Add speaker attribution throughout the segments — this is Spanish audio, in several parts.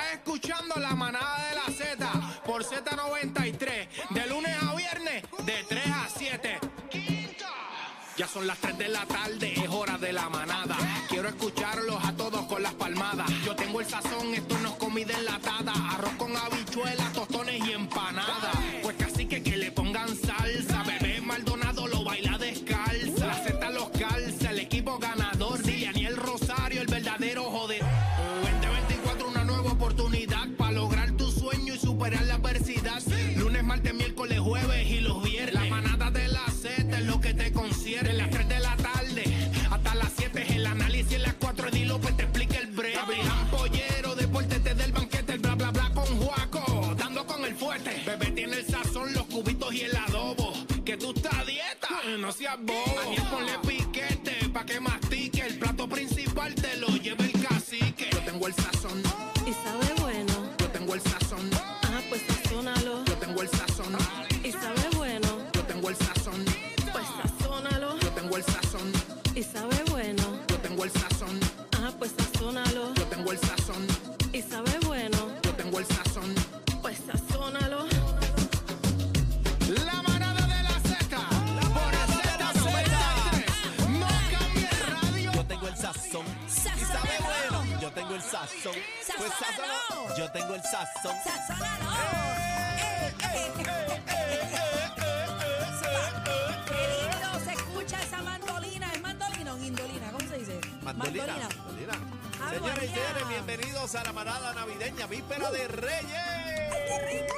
Speaker 1: Estás escuchando la manada de la Z por Z93, de lunes a viernes, de 3 a 7. Ya son las 3 de la tarde, es hora de la manada. Quiero escucharlos a todos con las palmadas. Yo tengo el sazón, esto no es comida enlatada. Arroz con habichuelas, tostones y empanadas. Pues casi que que le pongan salsa. Bebé Maldonado lo baila descalza. La Z los calza, el equipo ganador. de Daniel Rosario, el verdadero joder. 2024, una nueva oportunidad para lograr tu sueño y superar la adversidad. Lunes, martes, miércoles, jueves y los viernes. La manada de la Z es lo que te concierne. Las 3 de la tarde hasta las 7 es el análisis. En las 4 Eddie López pues te explica el breve. Gavilán Pollero, deportes desde el banquete, el bla bla bla con Juaco. Dando con el fuerte. Bebé tiene el sazón, los cubitos y el adobo. Que tú estás a dieta, no seas bobo. Daniel, ponle piquete pa' que mastique. El plato principal te lo lleva el cacique. Yo tengo el sazón.
Speaker 2: Y sabe bueno,
Speaker 1: Yo tengo el sazón,
Speaker 2: ah, pues sazónalo.
Speaker 1: yo tengo el sazón,
Speaker 2: Y sabe bueno,
Speaker 1: yo tengo el sazón,
Speaker 2: pues sazónalo.
Speaker 1: yo tengo el sazón,
Speaker 2: Y sabe bueno,
Speaker 1: yo tengo el sazón,
Speaker 2: ah, pues sazónalo.
Speaker 1: yo tengo el sazón,
Speaker 2: Y sabe bueno,
Speaker 1: yo tengo el sazón.
Speaker 2: pues sazónalo.
Speaker 1: La manada de la Z, por Z93, no cambia el radio.
Speaker 3: Yo tengo el sazón. Y sabe bueno. Yo tengo el sazón. Pues sazón. Yo tengo el sazón.
Speaker 4: Lindo, se escucha esa mandolina. ¿Es mandolina o indolina? ¿Cómo se dice?
Speaker 3: Mandolina. Mandolina.
Speaker 4: Ave
Speaker 3: Señores y
Speaker 4: María.
Speaker 3: señores, bienvenidos a la manada navideña, víspera de Reyes.
Speaker 4: ¡Qué rico!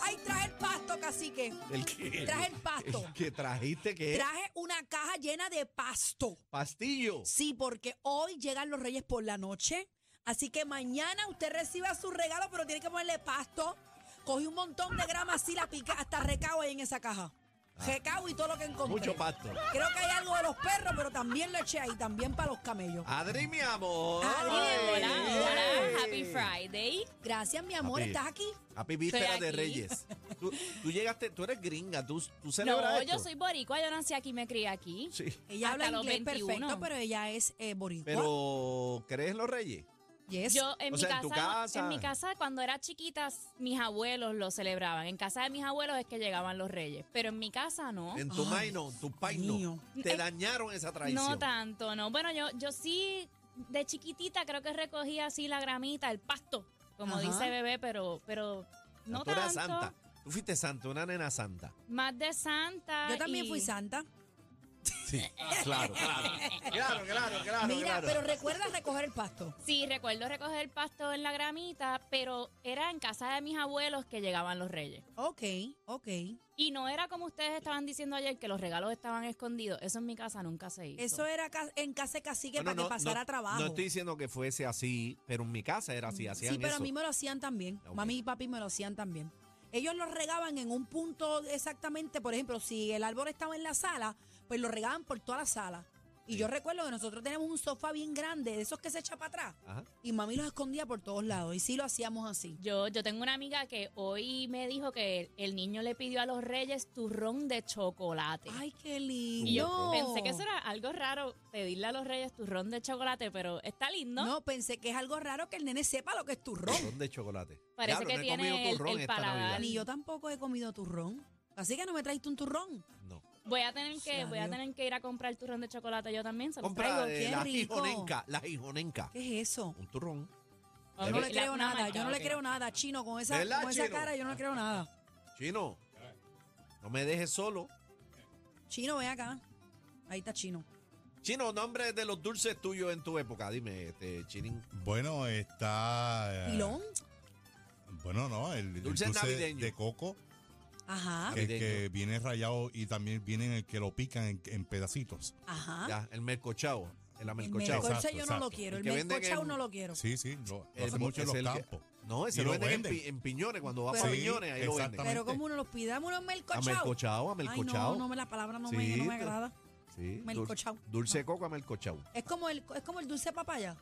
Speaker 4: Ay, traje el pasto, cacique.
Speaker 3: ¿El qué?
Speaker 4: Traje el pasto.
Speaker 3: ¿Qué trajiste? ¿Qué?
Speaker 4: Traje una caja llena de pasto.
Speaker 3: Pastillo.
Speaker 4: Sí, porque hoy llegan los reyes por la noche. Así que mañana usted reciba su regalo, pero tiene que ponerle pasto. Cogí un montón de grama así, la pica, hasta recao ahí en esa caja. Recao y todo lo que encontré.
Speaker 3: Ah. Mucho pasto.
Speaker 4: Creo que hay algo de los perros, pero también lo eché ahí, también para los camellos.
Speaker 3: Adri, mi amor.
Speaker 4: Adri,
Speaker 3: Ay.
Speaker 5: Hola, hola, Happy Friday.
Speaker 4: Gracias, mi amor,
Speaker 3: Papi.
Speaker 4: ¿estás aquí?
Speaker 3: Happy víspera
Speaker 5: Estoy
Speaker 3: de
Speaker 5: aquí.
Speaker 3: Reyes. Tú, tú llegaste, tú eres gringa, tú, tú celebras
Speaker 5: No,
Speaker 3: esto.
Speaker 5: yo soy boricua, yo nací aquí, me crié aquí.
Speaker 3: Sí,
Speaker 4: Ella
Speaker 5: Hasta
Speaker 4: habla
Speaker 5: los
Speaker 4: inglés
Speaker 5: 21.
Speaker 4: perfecto, pero ella es eh, boricua.
Speaker 3: pero ¿crees en los Reyes?
Speaker 4: Yes.
Speaker 5: Yo en
Speaker 3: O
Speaker 5: mi
Speaker 3: sea, en
Speaker 5: casa,
Speaker 3: tu casa.
Speaker 5: en mi casa cuando era chiquita, mis abuelos lo celebraban. En casa de mis abuelos es que llegaban los reyes, pero en mi casa no.
Speaker 3: En tu
Speaker 4: Ay,
Speaker 3: maino, tu
Speaker 4: mío.
Speaker 3: paino. Te
Speaker 5: Eh,
Speaker 3: dañaron esa traición.
Speaker 5: No tanto, no. Bueno, yo yo sí de chiquitita creo que recogía así la gramita, el pasto, como
Speaker 4: Ajá.
Speaker 5: dice bebé, pero pero
Speaker 3: La
Speaker 5: no
Speaker 3: tú
Speaker 5: tanto.
Speaker 3: eras santa. Tú fuiste santa, una nena santa.
Speaker 5: Más de santa.
Speaker 4: Yo también
Speaker 5: y-
Speaker 4: fui santa.
Speaker 3: Sí, Ah, claro, claro. Claro, claro, claro,
Speaker 4: Mira,
Speaker 3: claro.
Speaker 4: pero recuerda recoger el pasto.
Speaker 5: Sí, recuerdo recoger el pasto en la gramita, pero era en casa de mis abuelos que llegaban los reyes.
Speaker 4: Ok, ok.
Speaker 5: Y no era como ustedes estaban diciendo ayer que los regalos estaban escondidos. Eso en mi casa nunca se hizo.
Speaker 4: Eso era ca- en casa de cacique
Speaker 3: Bueno,
Speaker 4: para que pasara trabajo. Mm,
Speaker 3: No estoy diciendo que fuese así, pero en mi casa era así, hacían
Speaker 4: sí, pero
Speaker 3: eso. Ah,
Speaker 4: a mí me lo hacían también.
Speaker 3: Ok.
Speaker 4: Mami y papi me lo hacían también. Ellos lo regaban en un punto exactamente, por ejemplo, si el árbol estaba en la sala, pues lo regaban por toda la sala. Y
Speaker 3: Sí.
Speaker 4: yo recuerdo que nosotros tenemos un sofá bien grande, de esos que se echa para atrás.
Speaker 3: Ajá.
Speaker 4: Y mami los escondía por todos lados. Y sí lo hacíamos así.
Speaker 5: Yo, yo tengo una amiga que hoy me dijo que el, el niño le pidió a los reyes turrón de chocolate.
Speaker 4: Ay, qué lindo.
Speaker 3: Y yo
Speaker 5: Pensé que eso era algo raro pedirle a los reyes turrón de chocolate, pero está lindo.
Speaker 4: ¿No? pensé que es algo raro que el nene sepa lo que es turrón.
Speaker 3: Turrón de chocolate.
Speaker 5: Parece
Speaker 3: Diablo,
Speaker 5: que
Speaker 3: no he
Speaker 5: tiene
Speaker 3: comido
Speaker 5: el-
Speaker 3: turrón
Speaker 5: el
Speaker 3: esta Navidad.
Speaker 5: paladar.
Speaker 4: Ni yo tampoco he comido turrón. Así que no me traiste un turrón.
Speaker 3: No.
Speaker 5: Voy a tener que,
Speaker 4: Gracias a
Speaker 5: voy a
Speaker 4: Dios.
Speaker 5: tener que ir a comprar turrón de chocolate yo también. Se los
Speaker 3: Compra eh,
Speaker 5: traigo.
Speaker 3: de
Speaker 4: qué
Speaker 3: la
Speaker 4: rico.
Speaker 3: gijonenca, la gijonenca.
Speaker 4: ¿Qué es eso?
Speaker 3: Un turrón.
Speaker 5: Ok,
Speaker 4: Yo no le
Speaker 5: la-
Speaker 4: creo
Speaker 5: Eh, una
Speaker 4: nada,
Speaker 5: marca,
Speaker 4: yo no le
Speaker 5: ok.
Speaker 4: creo nada, chino, con esa,
Speaker 3: ¿Verdad,
Speaker 4: con esa
Speaker 3: Chino?
Speaker 4: cara yo no le creo nada.
Speaker 3: Chino, no me dejes solo.
Speaker 4: Chino, ven acá. Ahí está Chino.
Speaker 3: Chino, nombre de los dulces tuyos en tu época. Dime, este, Chinín.
Speaker 6: Bueno,
Speaker 3: Ah.
Speaker 6: está. eh,
Speaker 4: Pilón.
Speaker 6: Bueno, no, el, el
Speaker 3: Dulce
Speaker 6: dulce,
Speaker 3: navideño.
Speaker 6: de coco,
Speaker 4: Ajá,
Speaker 6: que,
Speaker 3: Navideño.
Speaker 6: que viene rayado y también viene en el que lo pican en, en pedacitos.
Speaker 4: ajá.
Speaker 3: Ya, el mercochao. El
Speaker 4: El
Speaker 3: amelcochao.
Speaker 4: melcochao
Speaker 6: Exacto,
Speaker 4: yo no lo
Speaker 6: exacto.
Speaker 4: quiero,
Speaker 3: El
Speaker 4: el
Speaker 3: que venden
Speaker 4: melcochao
Speaker 3: en-
Speaker 4: no lo quiero.
Speaker 6: Sí, sí, lo, lo
Speaker 3: El
Speaker 6: hacen
Speaker 3: bo-
Speaker 6: mucho
Speaker 3: es
Speaker 6: en los
Speaker 3: el que-
Speaker 6: campos.
Speaker 3: No, ese
Speaker 6: Y
Speaker 3: lo
Speaker 6: lo
Speaker 3: venden, en
Speaker 6: venden.
Speaker 3: pi- En, piñones. Cuando va para
Speaker 4: Pero-
Speaker 3: piñones, ahí lo venden.
Speaker 6: exactamente.
Speaker 4: Pero como uno los pidamos, unos melcochao.
Speaker 3: Amelcochao, amelcochao.
Speaker 4: Ay, no, no, la palabra no,
Speaker 3: Sí,
Speaker 4: me, no me
Speaker 3: te-
Speaker 4: agrada.
Speaker 3: Sí,
Speaker 4: Melcochao.
Speaker 3: dul- Dulce de coco, melcochao.
Speaker 4: Es como el, es como el dulce de papaya.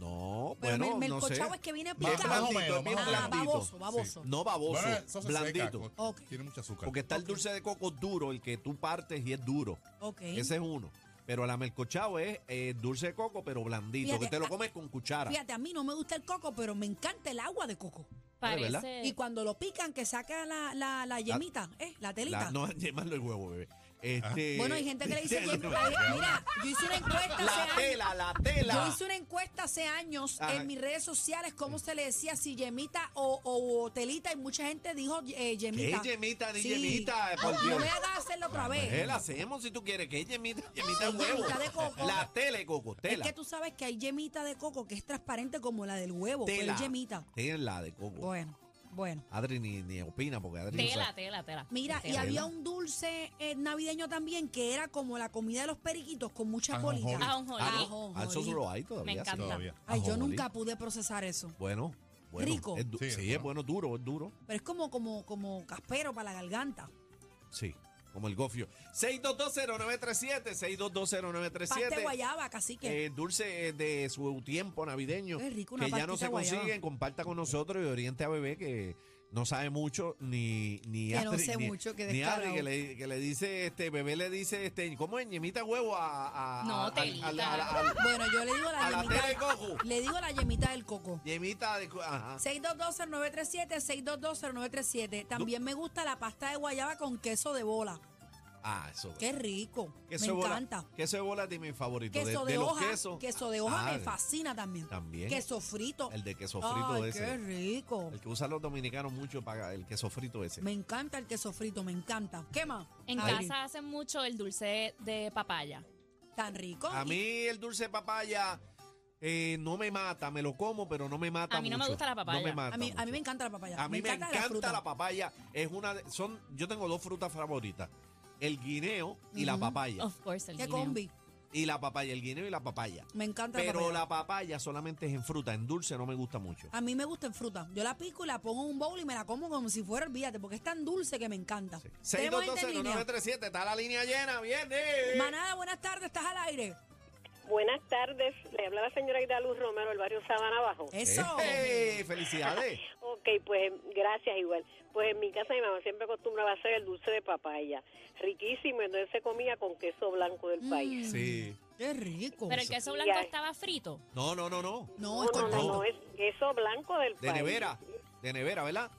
Speaker 3: No,
Speaker 4: Pero
Speaker 3: bueno,
Speaker 4: mel-
Speaker 3: no sé.
Speaker 4: melcochao es que viene
Speaker 3: Bien
Speaker 4: picado.
Speaker 6: Más o
Speaker 3: blandito,
Speaker 6: menos,
Speaker 3: bien
Speaker 4: Ah,
Speaker 6: más o menos.
Speaker 3: blandito.
Speaker 4: baboso, baboso.
Speaker 3: No baboso,
Speaker 6: Bueno, eso se
Speaker 3: blandito.
Speaker 6: seca, pues,
Speaker 4: Ok.
Speaker 6: Tiene mucho azúcar.
Speaker 3: Porque está el dulce de coco duro, el que tú partes y es duro.
Speaker 4: Ok.
Speaker 3: Ese es uno. Pero el amelcochao es eh, dulce de coco, pero blandito,
Speaker 4: Fíjate,
Speaker 3: que te lo
Speaker 4: a-
Speaker 3: comes con cuchara.
Speaker 4: Fíjate, a mí no me gusta el coco, pero me encanta el agua de coco.
Speaker 3: ¿verdad?
Speaker 5: Parece.
Speaker 4: Y cuando lo pican, que saca la, la, la yemita, ¿eh? La telita.
Speaker 3: La- no, llamarlo el huevo, bebé. Este,
Speaker 4: Ah. Bueno, hay gente que le dice
Speaker 3: el
Speaker 4: yemita.
Speaker 3: huevo.
Speaker 4: Ay, Mira, yo hice una encuesta hace
Speaker 3: La
Speaker 4: años.
Speaker 3: tela, la
Speaker 4: Yo
Speaker 3: tela.
Speaker 4: hice una encuesta hace años
Speaker 3: Ajá.
Speaker 4: en mis redes sociales, cómo se le decía, si yemita o, o- o telita, y mucha gente dijo
Speaker 3: ¿Qué
Speaker 4: eh, yemita.
Speaker 3: es yemita, ni
Speaker 4: Sí.
Speaker 3: yemita? eh, Por
Speaker 4: No
Speaker 3: Dios.
Speaker 4: me hagas hacerlo otra
Speaker 3: Eh,
Speaker 4: vez.
Speaker 3: la hacemos si tú quieres. ¿Qué es yemita? Yemita
Speaker 4: Sí,
Speaker 3: es huevo.
Speaker 4: Ah, yemita de coco.
Speaker 3: La tela de coco,
Speaker 4: Es
Speaker 3: tela.
Speaker 4: que tú sabes que hay yemita de coco que es transparente como la del huevo, pero
Speaker 3: tela.
Speaker 4: es yemita.
Speaker 3: Tela de coco.
Speaker 4: Bueno, bueno.
Speaker 3: Adri ni, ni opina porque Adri no
Speaker 5: Tela,
Speaker 3: sabe.
Speaker 5: tela, tela.
Speaker 4: Mira, y
Speaker 5: Tela.
Speaker 4: había un dulce eh, navideño también que era como la comida de los periquitos con mucha
Speaker 6: Ajonjolí.
Speaker 4: bolita.
Speaker 5: Ajonjolí.
Speaker 3: Ah,
Speaker 4: Ajonjolí.
Speaker 3: no. Ah, eso solo hay todavía.
Speaker 5: Me
Speaker 3: sí.
Speaker 5: encanta.
Speaker 6: Todavía.
Speaker 4: Ay, yo
Speaker 3: Ajonjolí.
Speaker 4: nunca pude procesar eso.
Speaker 3: Bueno, bueno.
Speaker 4: Rico.
Speaker 3: Es du- sí,
Speaker 6: Sí,
Speaker 3: es bueno, duro, es duro.
Speaker 4: Pero es como, como, como caspero para la garganta.
Speaker 3: Sí, como el gofio. 6220937, 6220937.
Speaker 4: Paste de guayaba, cacique.
Speaker 3: Eh, dulce eh, de su tiempo navideño
Speaker 4: Qué rico, una
Speaker 3: que ya no
Speaker 4: pastita
Speaker 3: se
Speaker 4: de guayaba.
Speaker 3: consiguen, comparta con nosotros y oriente a bebé que no sabe mucho ni ni
Speaker 4: Que no
Speaker 3: Adri,
Speaker 4: sé
Speaker 3: ni-
Speaker 4: mucho, que
Speaker 3: ni Adri,
Speaker 4: descarado.
Speaker 3: que le, que le dice este bebé le dice este cómo es ñemita huevo a, a-
Speaker 5: No,
Speaker 3: a-
Speaker 5: telita.
Speaker 3: a la- a la- a la-
Speaker 4: bueno, yo le digo la
Speaker 3: a la
Speaker 4: yemita.
Speaker 3: tela de coco.
Speaker 4: Le digo la yemita del coco.
Speaker 3: ñemita de co- ajá.
Speaker 4: 6220937, 6220937. También me gusta la pasta de guayaba con queso de bola.
Speaker 3: Ah, eso.
Speaker 4: Qué rico.
Speaker 3: Queso
Speaker 4: me
Speaker 3: de bola-
Speaker 4: encanta.
Speaker 3: Queso de bola es de mi favorito.
Speaker 4: Queso de,
Speaker 3: de, los
Speaker 4: hoja.
Speaker 3: quesos.
Speaker 4: Queso de hoja
Speaker 3: Ah,
Speaker 4: me
Speaker 3: de-
Speaker 4: fascina también.
Speaker 3: También.
Speaker 4: Queso frito.
Speaker 3: El de queso frito
Speaker 4: Ay,
Speaker 3: de
Speaker 4: qué
Speaker 3: ese.
Speaker 4: rico.
Speaker 3: El que usan los dominicanos mucho para el queso frito ese.
Speaker 4: Me encanta el queso frito, me encanta. ¿Qué más?
Speaker 5: En
Speaker 4: Adri,
Speaker 5: casa hacen mucho el dulce de, de papaya.
Speaker 4: Tan rico.
Speaker 3: A mí el dulce de papaya eh, no me mata, me lo como, pero no me mata.
Speaker 5: A mí no me
Speaker 3: mucho.
Speaker 5: gusta la papaya.
Speaker 3: No me mata
Speaker 4: A mí, a mí
Speaker 3: mucho.
Speaker 4: me encanta la papaya.
Speaker 3: A mí me encanta,
Speaker 4: la fruta.
Speaker 3: la, papaya. Es una de- son, yo tengo dos frutas favoritas. El guineo y la papaya.
Speaker 5: Of course, el
Speaker 4: Qué
Speaker 5: guineo.
Speaker 4: combi.
Speaker 3: Y la papaya, el guineo y la papaya.
Speaker 4: Me encanta la
Speaker 3: Pero
Speaker 4: papaya.
Speaker 3: la papaya solamente es en fruta, en dulce no me gusta mucho.
Speaker 4: A mí me gusta en fruta. Yo la pico y la pongo en un bowl y me la como como si fuera, olvídate, porque es tan dulce que me encanta. Tenemos este gente en línea.
Speaker 3: 6220937, está la línea llena, viene.
Speaker 4: Manada, buenas tardes, estás al aire.
Speaker 7: Buenas tardes, le habla la señora Ida Luz Romero del barrio Sabana Abajo.
Speaker 4: Eso.
Speaker 3: ¡Eh! ¡Felicidades!
Speaker 7: Ok, pues gracias igual. Pues en mi casa mi mamá siempre acostumbraba a hacer el dulce de papaya, riquísimo, entonces se comía con queso blanco
Speaker 4: Mm,
Speaker 7: del país.
Speaker 3: Sí.
Speaker 4: Qué rico.
Speaker 5: Pero el queso blanco
Speaker 7: ay.
Speaker 5: estaba frito.
Speaker 3: No, no, no, no.
Speaker 4: No,
Speaker 7: No,
Speaker 4: es
Speaker 7: no, no,
Speaker 4: cortado.
Speaker 7: no, es queso blanco del
Speaker 3: De
Speaker 7: país.
Speaker 3: nevera. De nevera, ¿verdad?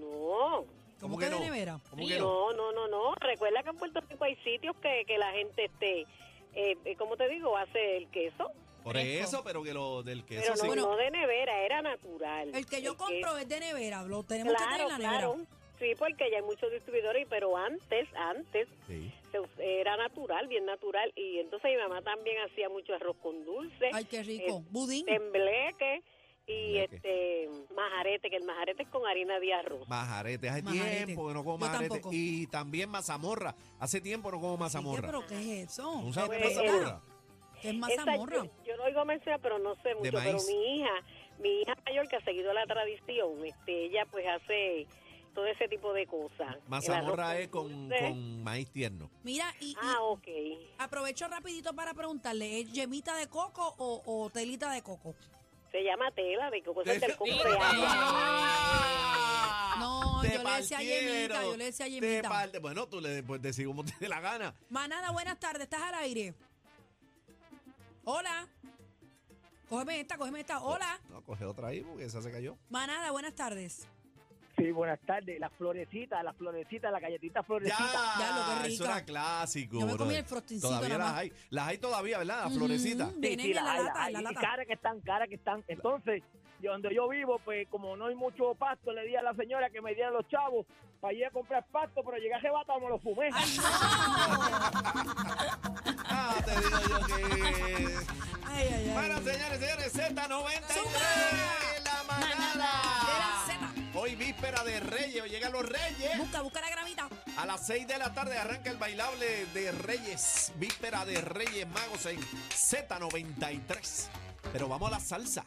Speaker 7: No.
Speaker 4: ¿Cómo que de nevera?
Speaker 3: ¿Cómo que no?
Speaker 7: No, no, no, no. Recuerda que en Puerto Rico hay sitios que, que la gente esté, eh, ¿cómo te digo? Hace el queso,
Speaker 3: Por eso, pero que lo del queso
Speaker 7: pero no,
Speaker 3: sí.
Speaker 4: Bueno.
Speaker 7: no de nevera, era natural.
Speaker 4: El que yo
Speaker 7: queso.
Speaker 4: compro es de nevera, lo tenemos que tener en la nevera.
Speaker 7: Claro. Sí, porque ya hay muchos distribuidores, pero antes, antes
Speaker 3: Sí.
Speaker 7: se us- era natural, bien natural. Y entonces mi mamá también hacía mucho arroz con dulce, eh,
Speaker 4: Ay, qué rico. Budín.
Speaker 7: tembleque y
Speaker 3: Tembleque.
Speaker 7: este majarete, que el majarete es con harina de arroz.
Speaker 3: Majarete, hace
Speaker 4: Majarete.
Speaker 3: tiempo que no como
Speaker 4: Yo
Speaker 3: majarete.
Speaker 4: tampoco.
Speaker 3: Y también mazamorra. Hace tiempo no como
Speaker 4: Así que,
Speaker 3: mazamorra.
Speaker 4: ¿Pero qué es eso?
Speaker 3: ¿No sabes
Speaker 7: Pues,
Speaker 3: mazamorra?
Speaker 4: ¿Qué es
Speaker 7: Esa
Speaker 4: mazamorra?
Speaker 7: yo, yo lo oigo mencionar, pero no sé mucho. Pero
Speaker 3: maíz.
Speaker 7: mi hija, mi hija mayor que ha seguido la tradición, este, ella pues hace todo ese tipo de cosas. El
Speaker 3: Mazamorra
Speaker 7: arroz
Speaker 3: es con,
Speaker 7: dulce.
Speaker 3: con maíz tierno.
Speaker 4: Mira, y, y
Speaker 7: Ah, ok.
Speaker 4: aprovecho rapidito para preguntarle, ¿es yemita de coco o, o telita de coco?
Speaker 7: Se llama tela de coco, ese es del ah. coco
Speaker 5: Sí.
Speaker 7: de agua.
Speaker 4: No,
Speaker 3: Ah, Te
Speaker 4: yo le decía yemita, yo le decía
Speaker 3: partieron,
Speaker 4: yemita.
Speaker 3: te parte- Bueno, tú le pues, decís como te dé la gana.
Speaker 4: Manada, buenas tardes, estás al aire. Hola. Cógeme esta, cógeme esta. Hola.
Speaker 3: No, coge otra ahí porque esa se cayó.
Speaker 4: Manada, buenas tardes.
Speaker 8: Sí, buenas tardes. Las florecitas, las florecitas, las galletitas
Speaker 3: Ya,
Speaker 8: florecitas.
Speaker 4: Ya, lo que
Speaker 3: eso
Speaker 4: rica.
Speaker 3: era clásico.
Speaker 4: Yo me comí
Speaker 3: brother.
Speaker 4: el frostincito
Speaker 3: Todavía
Speaker 4: nada
Speaker 3: las
Speaker 4: más.
Speaker 3: hay. Las hay todavía, ¿verdad? Las florecitas.
Speaker 4: Ujú,
Speaker 8: Sí,
Speaker 4: Vienen
Speaker 8: sí,
Speaker 4: en
Speaker 8: las
Speaker 4: la
Speaker 8: hay,
Speaker 4: lata,
Speaker 8: las
Speaker 4: en la
Speaker 8: hay. Y
Speaker 4: lata.
Speaker 8: caras que están, caras que están. Entonces, yo, donde yo vivo, pues como no hay mucho pasto, le di a la señora que me diera los chavos para ir a comprar pasto, pero llegué a Jebata, me lo fumé.
Speaker 4: ¡Ay, no!
Speaker 3: Ah, te digo yo que.
Speaker 4: Ay, ay, ay.
Speaker 3: Bueno, señores, señores, Z93
Speaker 4: ¡Zumba!
Speaker 3: en la
Speaker 4: De la
Speaker 3: manada. Hoy víspera de Reyes, hoy llegan los Reyes.
Speaker 4: Busca, busca la gramita.
Speaker 3: A las 6 de la tarde arranca el bailable de Reyes, víspera de Reyes Magos en Z93. Pero vamos a la salsa.